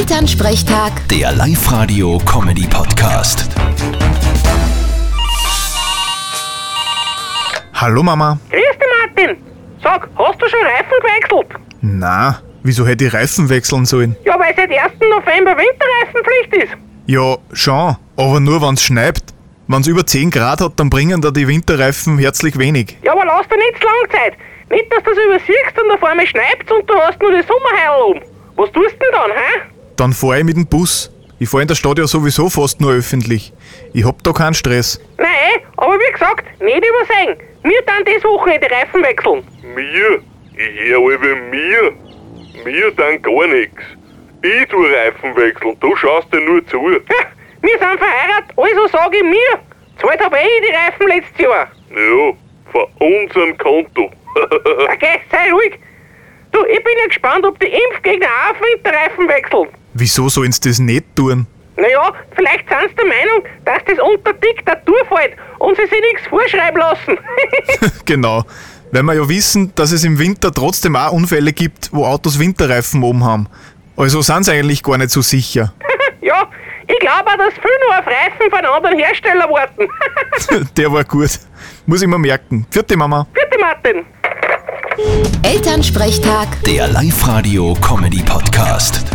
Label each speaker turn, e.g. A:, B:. A: Elternsprechtag,
B: Der Live-Radio-Comedy-Podcast.
C: Hallo Mama.
D: Grüß dich, Martin. Sag, hast du schon Reifen gewechselt?
C: Na, wieso hätte ich Reifen wechseln sollen?
D: Ja, weil seit 1. November Winterreifenpflicht ist.
C: Ja, schon, aber nur wenn's schneit. Wenn's über 10 Grad hat, dann bringen da die Winterreifen herzlich wenig.
D: Ja, aber lass dir nicht zu lange Zeit. Nicht, dass du das übersiehst und auf einmal schneit's und du hast nur die Sommerheil oben. Was tust du denn dann, hä?
C: Dann fahr ich mit dem Bus. Ich fahr in der Stadt ja sowieso fast nur öffentlich. Ich hab da keinen Stress.
D: Nein, aber wie gesagt, nicht übersehen. Wir dann diese Woche die Reifen wechseln.
E: Mir? Ich hör über mir? Mir dann gar nix. Ich tu Reifen wechseln, du schaust dir nur zu.
D: Ha, wir sind verheiratet, also sage ich mir. Zahlt habe ich die Reifen letztes Jahr.
E: Ja, von unserem Konto.
D: Okay, sei ruhig. Du, ich bin ja gespannt, ob die Impfgegner auch auf Winterreifen wechseln.
C: Wieso sollen's das nicht tun?
D: Naja, vielleicht sind sie der Meinung, dass das unter Diktatur fällt und sie sich nichts vorschreiben lassen.
C: genau. Weil wir ja wissen, dass es im Winter trotzdem auch Unfälle gibt, wo Autos Winterreifen oben haben. Also sind's eigentlich gar nicht so sicher.
D: ja, ich glaube auch, dass viele nur auf Reifen von anderen Hersteller warten.
C: Der war gut. Muss ich mir merken. Vierte Mama.
D: Bitte, Martin.
A: Elternsprechtag.
B: Der Live-Radio-Comedy-Podcast.